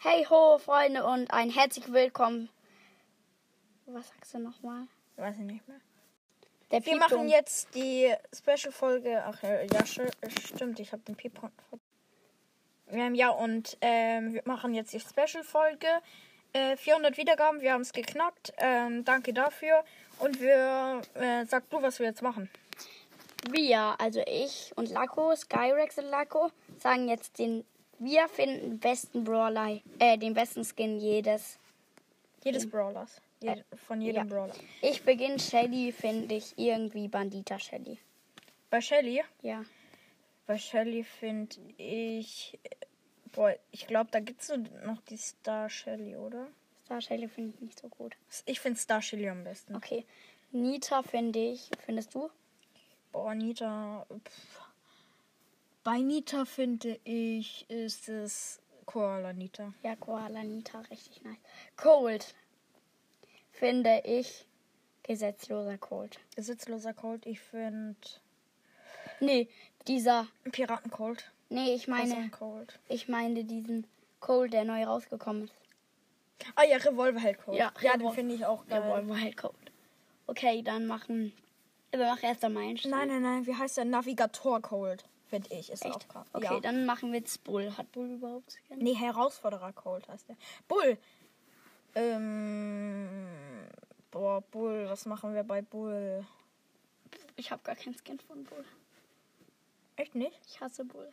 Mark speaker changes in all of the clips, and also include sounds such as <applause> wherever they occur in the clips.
Speaker 1: Hey ho, Freunde, und ein herzlich willkommen. Was sagst du nochmal?
Speaker 2: Weiß ich nicht mehr.
Speaker 1: Der
Speaker 2: Wir
Speaker 1: Piepton.
Speaker 2: machen jetzt die Special-Folge. Ach äh, ja, sch- äh, stimmt, ich habe den Piepon. Ähm, ja, und ähm, wir machen jetzt die Special-Folge. Äh, 400 Wiedergaben, wir haben es geknackt. Ähm, danke dafür. Und wir, äh, sag du, was wir jetzt machen.
Speaker 1: Wir, also ich und Laco, Skyrex und Laco, sagen jetzt den. Wir finden besten Brawler, äh, den besten Skin jedes.
Speaker 2: Jedes Brawlers. Jed von jedem
Speaker 1: Mhm. Äh, ja.
Speaker 2: Brawler.
Speaker 1: Ich beginne Shelly, finde ich irgendwie Bandita Shelly.
Speaker 2: Bei Shelly,
Speaker 1: Ja.
Speaker 2: bei Shelly finde ich. äh, Boah, ich glaube, da gibt es noch die Star Shelly, oder?
Speaker 1: Star Shelly finde ich nicht so gut.
Speaker 2: Ich finde Star Shelly am besten.
Speaker 1: Okay. Nita finde ich. Findest du?
Speaker 2: Boah, Nita. Pff. Bei Nita finde ich, ist es Koala Nita.
Speaker 1: Ja, Koala Nita, richtig nice. Cold. Finde ich gesetzloser Cold.
Speaker 2: Gesetzloser Colt, ich finde
Speaker 1: Nee, dieser.
Speaker 2: Piraten Colt.
Speaker 1: Nee, ich meine,
Speaker 2: Colt.
Speaker 1: ich meine diesen Cold, der neu rausgekommen ist.
Speaker 2: Ah ja, Revolverheld Colt.
Speaker 1: Ja,
Speaker 2: ja den
Speaker 1: Revolver-
Speaker 2: finde ich auch geil.
Speaker 1: Der Volvo halt Cold. Okay, dann machen. Wir machen erst einmal einen Schnitt.
Speaker 2: Nein, nein, nein, wie heißt der? Navigator Colt, finde ich. Ist auch
Speaker 1: Echt?
Speaker 2: krass.
Speaker 1: Okay,
Speaker 2: ja.
Speaker 1: dann machen wir jetzt Bull. Hat Bull überhaupt Skin?
Speaker 2: Nee, Herausforderer Colt heißt der. Bull! Ähm. Boah, Bull, was machen wir bei Bull?
Speaker 1: Ich habe gar keinen Skin von Bull.
Speaker 2: Echt nicht?
Speaker 1: Ich hasse Bull.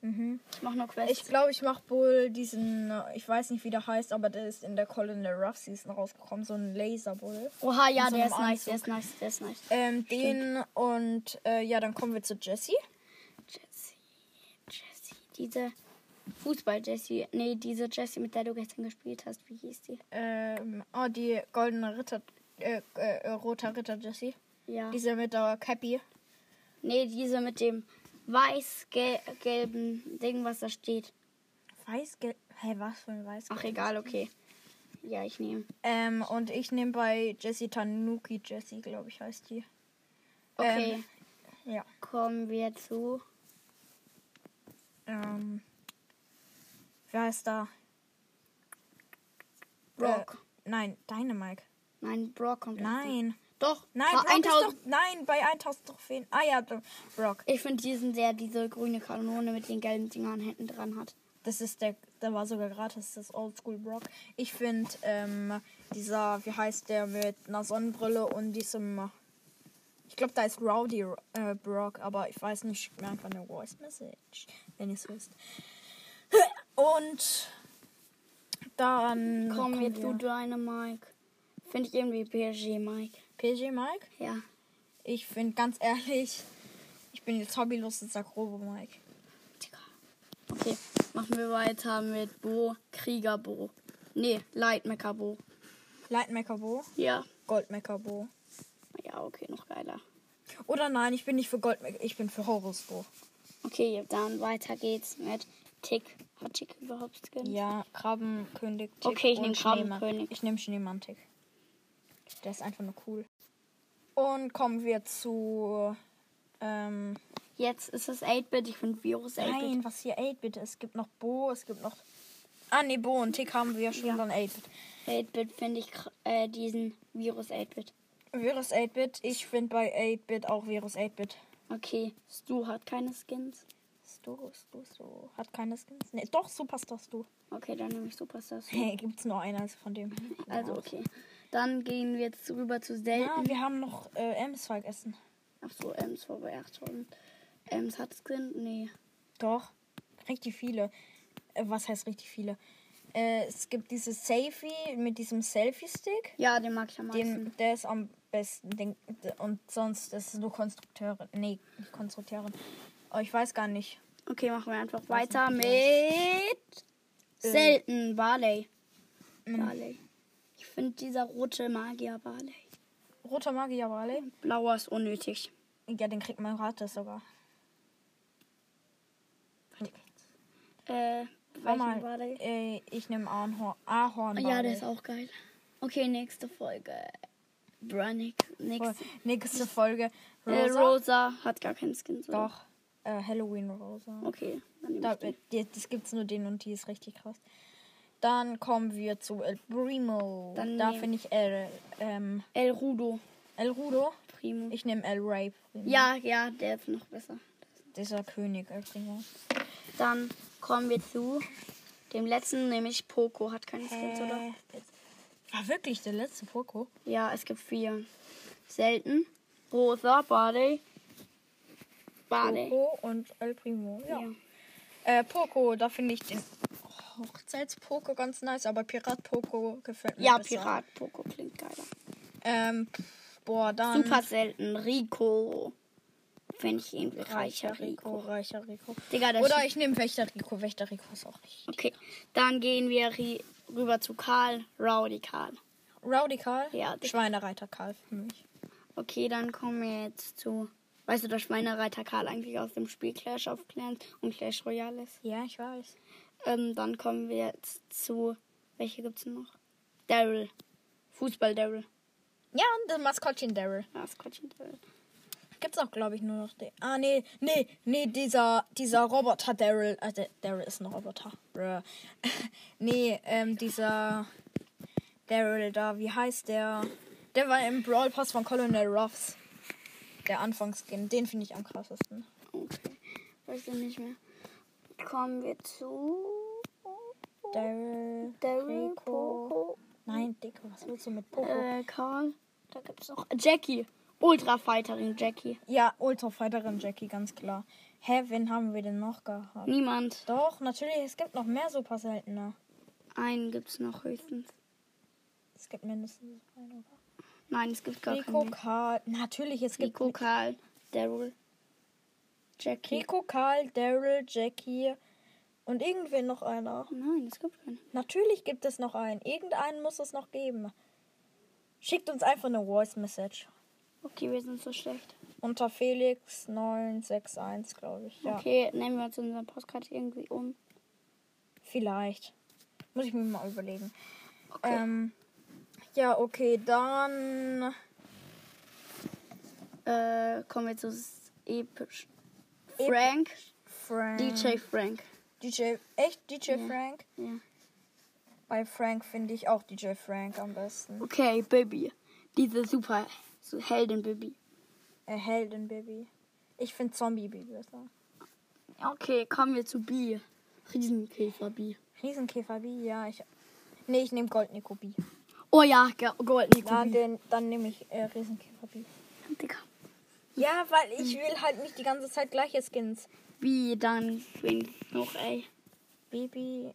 Speaker 2: Mhm.
Speaker 1: Ich mache nur
Speaker 2: Ich
Speaker 1: Quests.
Speaker 2: glaube, ich mache wohl diesen, äh, ich weiß nicht, wie der heißt, aber der ist in der Colin the Rough Season rausgekommen, so ein Laserbull.
Speaker 1: Oha, ja,
Speaker 2: in so
Speaker 1: der
Speaker 2: einem
Speaker 1: ist nice, der ist nice, der ist nice.
Speaker 2: Ähm, den und äh, ja, dann kommen wir zu Jessie.
Speaker 1: Jessie, Jessie, diese Fußball-Jessie, nee, diese Jessie, mit der du gestern gespielt hast, wie hieß die?
Speaker 2: Ähm, oh, die goldene Ritter, äh, äh, roter Ritter Jessie.
Speaker 1: Ja.
Speaker 2: Diese mit der Cappy.
Speaker 1: nee, diese mit dem weiß-gelben Ding, was da steht.
Speaker 2: Weiß, hä, hey, was für ein Weiß?
Speaker 1: Ach, egal, okay. Ja, ich nehme.
Speaker 2: Ähm, und ich nehme bei Jessie Tanuki Jessie, glaube ich, heißt die.
Speaker 1: Okay,
Speaker 2: Ähm. Ja.
Speaker 1: kommen wir zu.
Speaker 2: Ähm, wer heißt da?
Speaker 1: Brock.
Speaker 2: Äh, nein, Dynamike.
Speaker 1: Nein, Brock kommt. erst.
Speaker 2: Nein.
Speaker 1: Doch, ah,
Speaker 2: Nein,
Speaker 1: war
Speaker 2: Brock ist
Speaker 1: 1000.
Speaker 2: doch, nein, bei 1000 Trophäen. Ah ja, doch, Brock.
Speaker 1: Ich finde diesen, der diese grüne Kanone mit den gelben Dingern hinten dran hat.
Speaker 2: Das ist der, der war sogar gratis, das Oldschool Brock. Ich finde, ähm, dieser, wie heißt der, mit einer Sonnenbrille und diesem, ich glaube, da ist Rowdy äh, Brock, aber ich weiß nicht, schickt mir einfach eine Voice Message, wenn ihr es wisst. Und dann
Speaker 1: Kommen wir zu Dynamike. Finde ich irgendwie PSG, Mike.
Speaker 2: PG Mike.
Speaker 1: Ja.
Speaker 2: Ich finde, ganz ehrlich, ich bin jetzt hobbylos und sag Robo Mike.
Speaker 1: Digga. Okay, machen wir weiter mit Bo, Krieger Bo. Nee, Lightmaker Bo.
Speaker 2: Lightmaker Bo,
Speaker 1: Ja.
Speaker 2: Goldmaker Bo.
Speaker 1: Ja, okay, noch geiler.
Speaker 2: Oder nein, ich bin nicht für Goldmeck, ich bin für Horusbo.
Speaker 1: Okay, dann weiter geht's mit Tick. Hat Tick überhaupt Skin?
Speaker 2: Ja, Krabbenkönig. Tick
Speaker 1: Okay, ich
Speaker 2: und
Speaker 1: nehm
Speaker 2: Schneemann.
Speaker 1: Krabbenkönig.
Speaker 2: Ich nehme Schneemantik. Der ist einfach nur cool. Und kommen wir zu. Ähm,
Speaker 1: Jetzt ist es 8-Bit. Ich finde Virus 8-Bit.
Speaker 2: nein, was hier 8-Bit ist. Es gibt noch Bo, es gibt noch. Ah, nee, Bo und Tick haben wir schon, dann 8-Bit.
Speaker 1: 8-Bit finde ich kr- äh, diesen Virus 8-Bit.
Speaker 2: Virus 8-Bit. Ich finde bei 8-Bit auch Virus 8-Bit.
Speaker 1: Okay, Stu hat keine Skins.
Speaker 2: Stu, Stu, Stu. Hat keine Skins. Nee, doch, Superstar Stu.
Speaker 1: Okay, dann nehme ich Superstar Stu.
Speaker 2: Hey, <laughs> gibt's nur einer also von dem.
Speaker 1: Also,
Speaker 2: Ja.
Speaker 1: okay. Dann gehen wir jetzt rüber zu selten.
Speaker 2: Ja, wir haben noch äh, Ems-Falk essen.
Speaker 1: Achso, Ems war bei 8000. Ems hat Skin? Nee.
Speaker 2: Doch, richtig viele. Äh, was heißt richtig viele? Äh, es gibt dieses Selfie mit diesem Selfie-Stick.
Speaker 1: Ja, den mag ich am meisten.
Speaker 2: Den, der ist am besten. Den, d- und sonst ist es nur Konstrukteure. Nee, nicht Konstrukteurin. Oh, ich weiß gar nicht.
Speaker 1: Okay, machen wir einfach weiter mit
Speaker 2: Äh.
Speaker 1: selten Barley.
Speaker 2: Hm.
Speaker 1: Barley. Ich finde dieser rote Magier Barley.
Speaker 2: Roter Magier Barley.
Speaker 1: Blauer ist unnötig.
Speaker 2: Ja, den kriegt man gratis sogar.
Speaker 1: Äh,
Speaker 2: Warte
Speaker 1: welchen
Speaker 2: mal.
Speaker 1: Barley?
Speaker 2: Äh, ich nehme Ahorn. Ahorn
Speaker 1: Ja,
Speaker 2: Barley.
Speaker 1: der ist auch geil. Okay, nächste Folge. Brannick.
Speaker 2: Voll.
Speaker 1: Nächste.
Speaker 2: Nächste Folge.
Speaker 1: Rosa? Äh,
Speaker 2: Rosa.
Speaker 1: Rosa hat gar keinen Skin. So.
Speaker 2: Doch. Äh, Halloween Rosa.
Speaker 1: Okay, dann nehme
Speaker 2: Da,
Speaker 1: ich den.
Speaker 2: die, das gibt's nur den und die ist richtig krass. Dann kommen wir zu El Primo.
Speaker 1: Dann
Speaker 2: da
Speaker 1: nehm-
Speaker 2: finde ich El, ähm,
Speaker 1: El Rudo.
Speaker 2: El Rudo.
Speaker 1: Primo.
Speaker 2: Ich nehme El Rey. Primo.
Speaker 1: Ja, ja, der ist noch besser.
Speaker 2: Dieser König El Primo.
Speaker 1: Dann kommen wir zu dem letzten, nämlich Poco. Hat keine Skins, oder? Äh.
Speaker 2: War wirklich der letzte Poco?
Speaker 1: Ja, es gibt vier. Selten. Rosa, Barley. Barley.
Speaker 2: Poco und El Primo. Ja.
Speaker 1: Ah, Ja.
Speaker 2: Äh, Poco, da finde ich den Hochzeits-Poco ganz nice, aber Pirat-Poco gefällt mir
Speaker 1: Ja,
Speaker 2: besser.
Speaker 1: Pirat Poco klingt geiler.
Speaker 2: Ähm, pff, boah, dann...
Speaker 1: Super selten. Rico. Finde ich irgendwie reicher Rico.
Speaker 2: reicher Rico.
Speaker 1: Digga, das
Speaker 2: Oder ich nehme Wächter Rico. Wächter Rico ist auch richtig.
Speaker 1: Okay, dann gehen wir ri- rüber zu Karl. Rowdy Karl.
Speaker 2: Rowdy Karl?
Speaker 1: Ja, das-
Speaker 2: Schweinereiter Karl für mich.
Speaker 1: Okay, dann kommen wir jetzt zu. Weißt du, dass Schweinereiter Karl eigentlich aus dem Spiel Clash of Clans und Clash Royale ist?
Speaker 2: Ja, ich weiß.
Speaker 1: Ähm, dann kommen wir jetzt zu. Welche gibt's denn noch? Daryl. Fußball Daryl.
Speaker 2: Ja, und das Maskottchen Daryl.
Speaker 1: Ja, ist Quatsch mit Daryl.
Speaker 2: Gibt's auch, glaube ich, nur noch den. Ah, nee, nee, nee, dieser, dieser Roboter Daryl. Äh, der- Daryl ist ein Roboter. Bruh. <laughs> nee, ähm, dieser Daryl da, wie heißt der? Der war im Brawl Pass von Colonel Ruffs. Der Anfangsskin. Den finde ich am krassesten.
Speaker 1: Okay. Weiß ich nicht mehr. Kommen wir zu.
Speaker 2: Daryl.
Speaker 1: Daryl,
Speaker 2: Rico.
Speaker 1: Poco,
Speaker 2: Nein, Dicke, was willst du mit Poco?
Speaker 1: äh, Karl. Da gibt's noch. Jackie. Ultrafighterin Jackie.
Speaker 2: Ja, Ultrafighterin Jackie, ganz klar. Hä, wen haben wir denn noch gehabt?
Speaker 1: Niemand.
Speaker 2: Doch, natürlich, es gibt noch mehr super seltener.
Speaker 1: Einen gibt's noch höchstens.
Speaker 2: Es gibt mindestens einen,
Speaker 1: Nein, es gibt
Speaker 2: oder?
Speaker 1: gar
Speaker 2: Rico
Speaker 1: keinen.
Speaker 2: Karl. Natürlich, es gibt
Speaker 1: Rico, Karl, Daryl, Jackie.
Speaker 2: Rico Karl, Daryl, Jackie und irgendwen noch einer.
Speaker 1: Oh Nein, es gibt keinen.
Speaker 2: Natürlich gibt es noch einen. Irgendeinen muss es noch geben. Schickt uns einfach eine Voice Message.
Speaker 1: Okay, wir sind so schlecht.
Speaker 2: Unter Felix 961, glaube ich. Ja.
Speaker 1: Okay, nehmen wir uns unseren Postkarte irgendwie um.
Speaker 2: Vielleicht. Muss ich mir mal überlegen.
Speaker 1: Okay.
Speaker 2: Ähm, ja, okay, dann. Ähm.
Speaker 1: Äh, kommen wir zu s- episch. Frank,
Speaker 2: Frank.
Speaker 1: DJ Frank.
Speaker 2: DJ. Echt DJ
Speaker 1: Ja.
Speaker 2: Frank?
Speaker 1: Ja.
Speaker 2: Bei Frank finde ich auch DJ Frank am besten.
Speaker 1: Okay, Baby. Diese super so Heldin Baby.
Speaker 2: Äh, Heldin Baby. Ich finde Zombie Baby besser.
Speaker 1: Okay, kommen wir zu B. Riesenkäfer B.
Speaker 2: Riesenkäfer B, ja, ich. Nee, ich nehme Gold Nico B.
Speaker 1: Oh ja, Ge- Gold Nico.
Speaker 2: Na,
Speaker 1: B.
Speaker 2: den, dann nehme ich äh, Riesenkäfer B.
Speaker 1: Digga.
Speaker 2: Ja, weil ich
Speaker 1: Hm.
Speaker 2: will halt nicht die ganze Zeit gleiche Skins.
Speaker 1: Wie dann wen gibt's noch ey.
Speaker 2: Baby.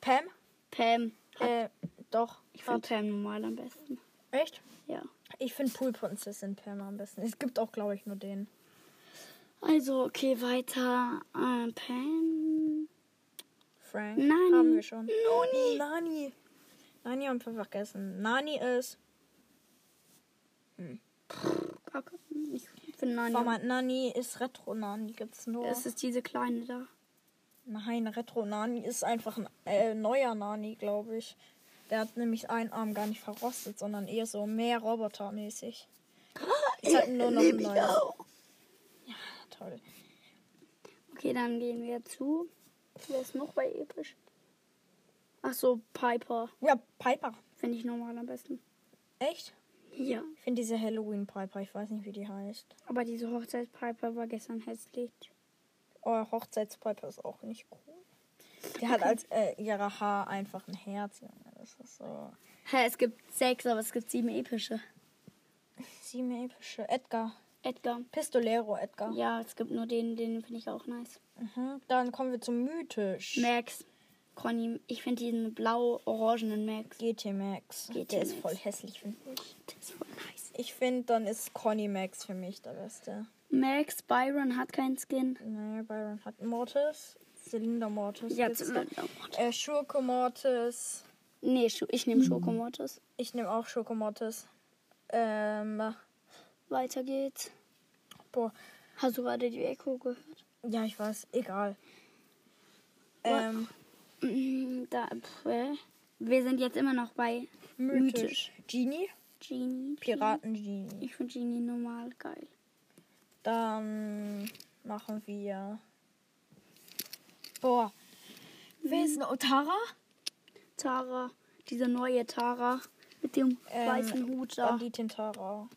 Speaker 2: Pam?
Speaker 1: Pam.
Speaker 2: Äh, doch.
Speaker 1: Ich finde Pam normal am besten.
Speaker 2: Echt?
Speaker 1: Ja.
Speaker 2: Ich finde Poolprinzessin Pam am besten. Es gibt auch, glaube ich, nur den.
Speaker 1: Also, okay, weiter. Ähm, Pam.
Speaker 2: Frank
Speaker 1: Nani.
Speaker 2: haben wir schon.
Speaker 1: Noni.
Speaker 2: Nani. Nani haben wir vergessen. Nani ist.
Speaker 1: Kacke. Ich finde
Speaker 2: Warte
Speaker 1: Nani.
Speaker 2: mal, Nani ist Retro Nani. Gibt's nur.
Speaker 1: Es ist diese kleine da.
Speaker 2: Nein, Retro Nani ist einfach ein äh, neuer Nani, glaube ich. Der hat nämlich einen Arm gar nicht verrostet, sondern eher so mehr
Speaker 1: <gasps>
Speaker 2: Robotermäßig. Ist halt nur noch
Speaker 1: Äh,
Speaker 2: ein neuer. Toll.
Speaker 1: Okay, dann gehen wir zu. Wer ist noch bei episch? Ach so, Piper.
Speaker 2: Ja, Piper.
Speaker 1: Finde ich normal am besten.
Speaker 2: Echt?
Speaker 1: Ja.
Speaker 2: Ich finde diese Halloween Piper, ich weiß nicht, wie die heißt.
Speaker 1: Aber diese Hochzeitspiper war gestern hässlich.
Speaker 2: Oh, Hochzeitspiper ist auch nicht cool. Die hat als äh, ihre Haar einfach ein Herz. Junge. Das ist so.
Speaker 1: Hä, es gibt sechs, aber es gibt sieben epische.
Speaker 2: Sieben epische. Edgar.
Speaker 1: Edgar.
Speaker 2: Pistolero Edgar.
Speaker 1: Ja, es gibt nur den, den finde ich auch nice.
Speaker 2: Mhm. Dann kommen wir zum mythisch.
Speaker 1: Max. Conny, ich finde diesen blau-orangenen Max.
Speaker 2: GT Max.
Speaker 1: GT
Speaker 2: Der ist
Speaker 1: Max.
Speaker 2: voll hässlich, finde ich.
Speaker 1: Der ist voll nice.
Speaker 2: Ich finde, dann ist Conny Max für mich der Beste.
Speaker 1: Max Byron hat keinen Skin.
Speaker 2: Nee, Byron hat Mortis. Zylinder Mortis.
Speaker 1: Ja,
Speaker 2: gibt's
Speaker 1: zu-
Speaker 2: da. Äh, Schurke Mortis.
Speaker 1: Nee, Schu- ich nehme Schokomortis.
Speaker 2: Ich nehme auch Schurke Mortis. Ähm,
Speaker 1: Weiter geht's.
Speaker 2: boah.
Speaker 1: Hast du gerade die Echo gehört?
Speaker 2: Ja, ich weiß. Egal. Ähm,
Speaker 1: Mm, Da, pff, äh. wir sind jetzt immer noch bei Mythisch.
Speaker 2: Genie.
Speaker 1: Genie.
Speaker 2: Piraten-Genie.
Speaker 1: Ich finde Genie normal geil.
Speaker 2: Dann machen wir. Boah. Wer ist denn Otara?
Speaker 1: Tara, diese neue Tara mit dem
Speaker 2: Ähm,
Speaker 1: weißen Hut da.
Speaker 2: Banditin Tara.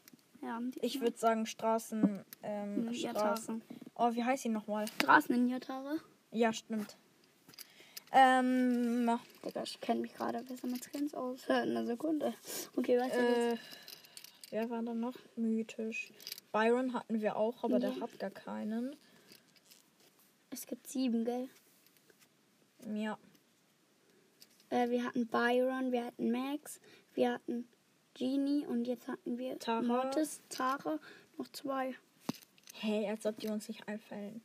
Speaker 1: Ja, die-
Speaker 2: Ich würde sagen Straßen, ähm,
Speaker 1: Ninja
Speaker 2: Straßen.
Speaker 1: Tara.
Speaker 2: Oh, wie heißt sie nochmal?
Speaker 1: Straßen-Ninja Tara.
Speaker 2: Ja, stimmt. Ähm,
Speaker 1: Digga, ich kenne mich gerade besser mit Skins aus. Äh, in einer Sekunde. Okay, weiter geht's.
Speaker 2: äh, wer war da noch? Mythisch. Byron hatten wir auch, aber der
Speaker 1: Ja.
Speaker 2: hat gar keinen.
Speaker 1: Es gibt sieben, gell?
Speaker 2: Ja.
Speaker 1: Äh, wir hatten Byron, wir hatten Max, wir hatten Genie und jetzt hatten wir
Speaker 2: Tara.
Speaker 1: Mortis, Tara, noch zwei.
Speaker 2: Hey, als ob die uns nicht einfallen.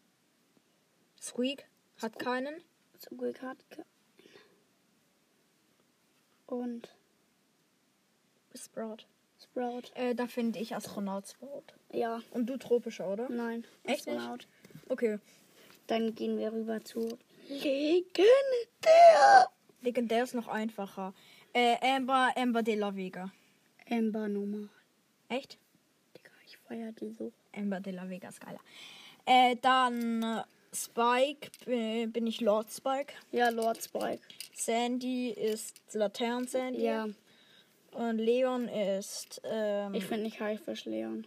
Speaker 2: Squeak hat keinen.
Speaker 1: So Glück hat. ke- Und
Speaker 2: Sprout.
Speaker 1: Sprout.
Speaker 2: Äh, da finde ich Astronaut Sprout.
Speaker 1: Ja,
Speaker 2: Und du tropischer, oder?
Speaker 1: nein.
Speaker 2: Echt nicht?
Speaker 1: Astronaut.
Speaker 2: Okay.
Speaker 1: Dann gehen wir rüber zu Legendär.
Speaker 2: Legendär ist noch einfacher. Äh, Amber, Amber de la Vega.
Speaker 1: Ember Nummer.
Speaker 2: Echt?
Speaker 1: Digga, ich feier die so.
Speaker 2: Amber de la Vega ist geiler. Äh, dann äh, Spike, äh, bin ich Lord Spike.
Speaker 1: Ja, Lord Spike.
Speaker 2: Sandy ist Laternen Sandy.
Speaker 1: Ja,
Speaker 2: Und Leon ist. Ähm,
Speaker 1: ich finde nicht Haifisch Leon.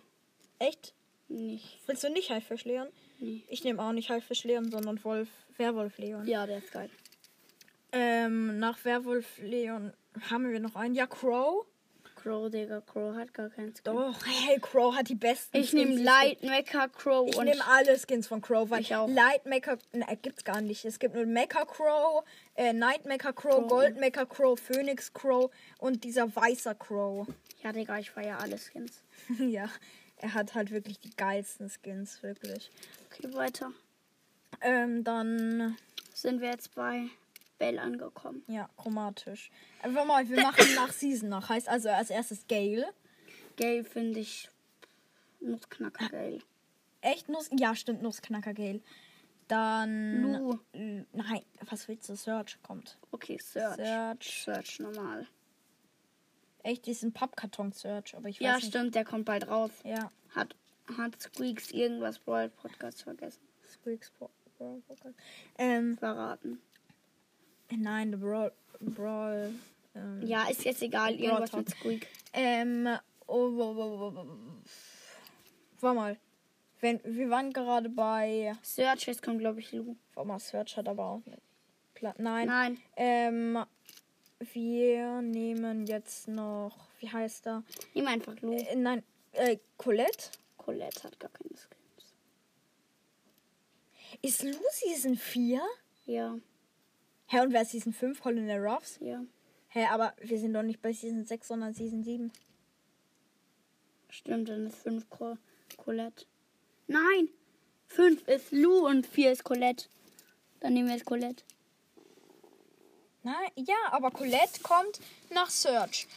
Speaker 2: echt?
Speaker 1: Nicht.
Speaker 2: Willst du nicht Haifisch Leon?
Speaker 1: Nee.
Speaker 2: Ich nehme auch nicht Haifisch Leon, sondern Wolf, Werwolf Leon.
Speaker 1: Ja, der ist geil.
Speaker 2: Ähm, nach Werwolf Leon haben wir noch einen. Ja, Crow?
Speaker 1: Crow, Digga, Crow hat gar keinen Skin.
Speaker 2: Doch, hey, Crow hat die besten
Speaker 1: Ich nehme
Speaker 2: Skins.
Speaker 1: Lightmaker Crow
Speaker 2: Ich
Speaker 1: und
Speaker 2: nehme alle Skins von Crow, weil
Speaker 1: Ich auch.
Speaker 2: Lightmaker, ne, gibt's gar nicht. Es gibt nur Mecha Crow, äh, Nightmaker Crow,
Speaker 1: Crow.
Speaker 2: Goldmaker Crow, Phoenix Crow und dieser weißer Crow. <laughs>
Speaker 1: Ja, Digga, ich feier alle Skins.
Speaker 2: ja, er hat halt wirklich die geilsten Skins, wirklich.
Speaker 1: Okay, weiter.
Speaker 2: Ähm, dann,
Speaker 1: Sind wir jetzt bei Bell angekommen.
Speaker 2: ja, chromatisch. Einfach mal, wir machen
Speaker 1: <coughs>
Speaker 2: nach Season nach. Heißt also als erstes Gale.
Speaker 1: Gale finde ich Nussknacker geil.
Speaker 2: Echt Nuss? Ja, stimmt, Nussknacker Gale. Dann.
Speaker 1: Lu.
Speaker 2: L- Nein, was willst du? Search kommt.
Speaker 1: Okay, Search.
Speaker 2: Search.
Speaker 1: Search normal.
Speaker 2: Echt diesen Pappkarton Search, aber ich weiß
Speaker 1: ja,
Speaker 2: nicht.
Speaker 1: stimmt, der kommt bald raus.
Speaker 2: Ja,
Speaker 1: Hat, hat Squeaks irgendwas Brawl Podcast vergessen?
Speaker 2: Squeaks Bra- Brawl Podcast. Ähm,
Speaker 1: Verraten.
Speaker 2: nein, der Brawl. Brawl ähm,
Speaker 1: Ja, ist jetzt egal.
Speaker 2: Brawl
Speaker 1: Irgendwas
Speaker 2: Talk.
Speaker 1: mit Squeak.
Speaker 2: ähm oh, oh, oh, oh, oh. Warte mal. Wenn, wir waren gerade bei.
Speaker 1: Search, jetzt kommt, glaube ich, Lu.
Speaker 2: Warte mal, Search hat aber auch. Nicht. Pla- Nein.
Speaker 1: Nein,
Speaker 2: Ähm, wir nehmen jetzt noch. Wie heißt er?
Speaker 1: nimm einfach Lu.
Speaker 2: Äh, nein, äh, Colette?
Speaker 1: Colette hat gar keine Skins.
Speaker 2: Ist Lou Season 4?
Speaker 1: Ja,
Speaker 2: Hä, und wer ist Season 5? Holländer Ruffs?
Speaker 1: ja.
Speaker 2: Hä, aber wir sind doch nicht bei Season 6, sondern Season 7.
Speaker 1: Stimmt, dann ist 5 Col Colette. Nein! 5 ist Lu und 4 ist Colette. Dann nehmen wir jetzt Colette.
Speaker 2: Nein, Ne? ja, aber Colette kommt nach Search.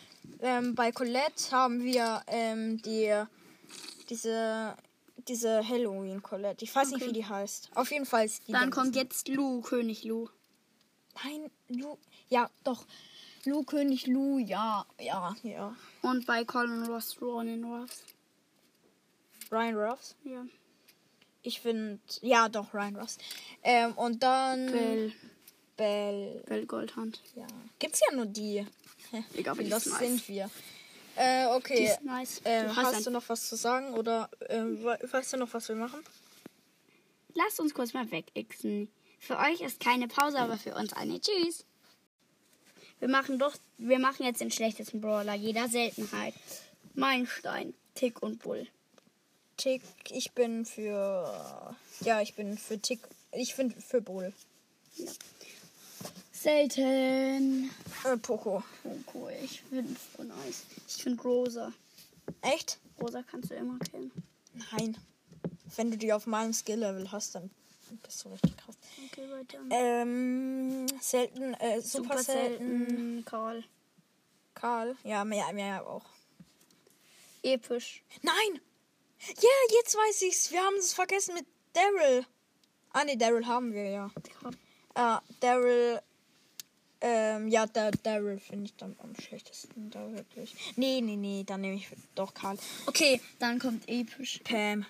Speaker 2: Ähm, bei Colette haben wir ähm, die, diese, diese Halloween Colette. Ich weiß nicht, wie die heißt. Auf jeden Fall ist die.
Speaker 1: Dann kommt jetzt Lu, König Lu.
Speaker 2: Nein, Lou. Ja, doch. Lou, König Lou, ja, ja, ja.
Speaker 1: Und bei Colin Ross, Ronin Ross.
Speaker 2: Ryan Ruffs.
Speaker 1: Ja.
Speaker 2: Ich finde, ja, doch, Ryan Ruffs. Ähm, und dann.
Speaker 1: Bell,
Speaker 2: Bell.
Speaker 1: Bell Goldhand.
Speaker 2: Ja. Gibt's ja nur die.
Speaker 1: Egal, aber
Speaker 2: Wie
Speaker 1: die
Speaker 2: los
Speaker 1: ist nice.
Speaker 2: sind wir? Äh,
Speaker 1: Die
Speaker 2: okay.
Speaker 1: ist nice.
Speaker 2: Äh,
Speaker 1: Du hast
Speaker 2: hast du
Speaker 1: ein-
Speaker 2: noch was zu sagen oder ähm, we weißt du noch, was wir machen?
Speaker 1: Lasst uns kurz mal wegixen. Für euch ist keine Pause, aber für uns eine. Tschüss. Wir machen doch, wir machen jetzt den schlechtesten Brawler jeder Seltenheit. Meilenstein, Tick und Bull.
Speaker 2: Tick, ich bin für. Ja, ich bin für Tick. Ich bin für Bull.
Speaker 1: Selten.
Speaker 2: Äh, Poco.
Speaker 1: Oh cool, ich finde oh nice. Ich finde Rosa.
Speaker 2: Echt?
Speaker 1: Rosa kannst du immer kennen.
Speaker 2: Nein. Wenn du die auf meinem Skill-Level hast, dann bist du richtig krass.
Speaker 1: Okay, weiter.
Speaker 2: Ähm, selten, äh, super, selten.
Speaker 1: Karl.
Speaker 2: Karl. Ja, mehr, mehr auch.
Speaker 1: Episch.
Speaker 2: Nein! Ja, jetzt weiß ich's. Wir haben es vergessen mit Daryl. Ah, ne, Daryl haben wir ja. Ah, Daryl. Ähm, ja, da, Daryl finde ich dann am schlechtesten da wirklich. Nee, nee, nee, dann nehme ich doch Karl.
Speaker 1: Okay, dann kommt episch.
Speaker 2: Pam.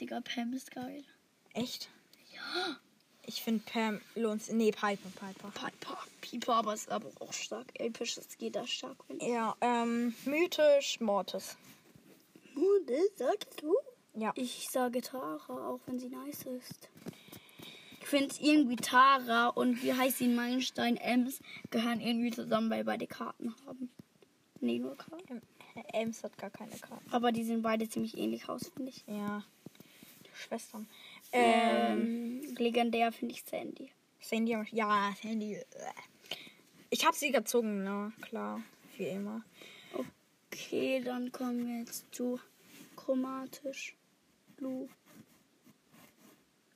Speaker 1: Digga, Pam ist geil.
Speaker 2: Echt? Ja. Ich finde Pam lohnt Nee, Piper, Piper.
Speaker 1: Piper. Piper, aber ist aber auch stark. Episch, das geht da stark.
Speaker 2: Ja, ähm, mythisch Mortis.
Speaker 1: Mude, sagst du?
Speaker 2: Ja.
Speaker 1: Ich sage Tara, auch wenn sie nice ist. Ich finde irgendwie Tara und wie heißt sie Meilenstein Ems gehören irgendwie zusammen, weil beide Karten haben. Nee, nur Karten.
Speaker 2: Ähm, Ems hat gar keine Karte.
Speaker 1: Aber die sehen beide ziemlich ähnlich aus, finde ich.
Speaker 2: Ja. Schwestern. Ähm,
Speaker 1: Ähm, legendär finde ich Sandy.
Speaker 2: Sandy am Ja, Sandy. äh. Ich habe sie gezogen, na klar. Wie immer.
Speaker 1: Okay, dann kommen wir jetzt zu chromatisch. Lu.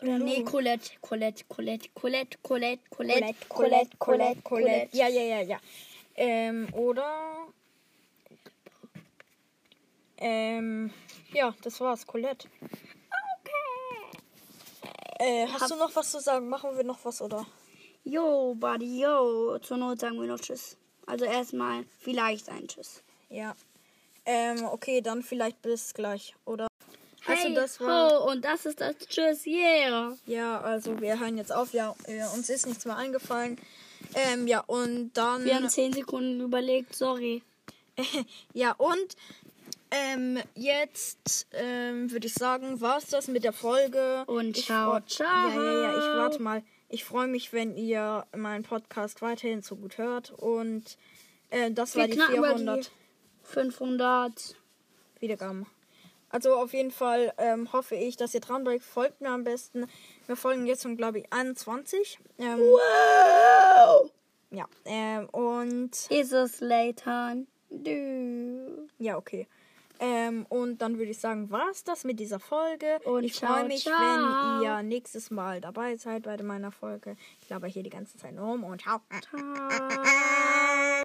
Speaker 1: Oder
Speaker 2: Lu.
Speaker 1: nee, Colette, Colette, Colette, Colette, Colette, Colette,
Speaker 2: Ja, ja, ja, ja. Ähm, oder. Ähm, ja, das war's, Colette. Okay. Äh, hast
Speaker 1: Hab-
Speaker 2: du noch was zu sagen? Machen wir noch was, oder?
Speaker 1: Yo, Buddy, yo. Zur Not sagen wir noch Tschüss. Also erstmal vielleicht ein Tschüss.
Speaker 2: Ja. Ähm, okay, dann vielleicht bis gleich, oder? Also
Speaker 1: hey,
Speaker 2: das war.
Speaker 1: ho, und das ist das Tschüss, yeah.
Speaker 2: Ja, also wir hören jetzt auf. Ja, äh, uns ist nichts mehr eingefallen. Ähm, ja, und dann.
Speaker 1: Wir haben 10 Sekunden überlegt, sorry.
Speaker 2: Ja, und ähm, jetzt ähm, würde ich sagen, war es das mit der Folge.
Speaker 1: Und
Speaker 2: ich
Speaker 1: ciao,
Speaker 2: freu-
Speaker 1: ciao.
Speaker 2: Ja, ja, ja, ich warte mal. Ich freue mich, wenn ihr meinen Podcast weiterhin so gut hört. Und äh, das war
Speaker 1: Wir
Speaker 2: die
Speaker 1: knacken mal
Speaker 2: 400
Speaker 1: die 500.
Speaker 2: Wiedergaben. Also auf jeden Fall ähm, hoffe ich, dass ihr dran bleibt. Folgt mir am besten. Wir folgen jetzt schon, glaube ich, 21. Ähm,
Speaker 1: Wow.
Speaker 2: ja, ähm, und
Speaker 1: Is es later? Du.
Speaker 2: Ja, okay. Ähm, und dann würde ich sagen, war es das mit dieser Folge.
Speaker 1: Und
Speaker 2: ich
Speaker 1: ciao,
Speaker 2: freue mich,
Speaker 1: ciao.
Speaker 2: wenn ihr nächstes Mal dabei seid bei meiner Folge. Ich laber hier die ganze Zeit rum und ciao.
Speaker 1: Ciao.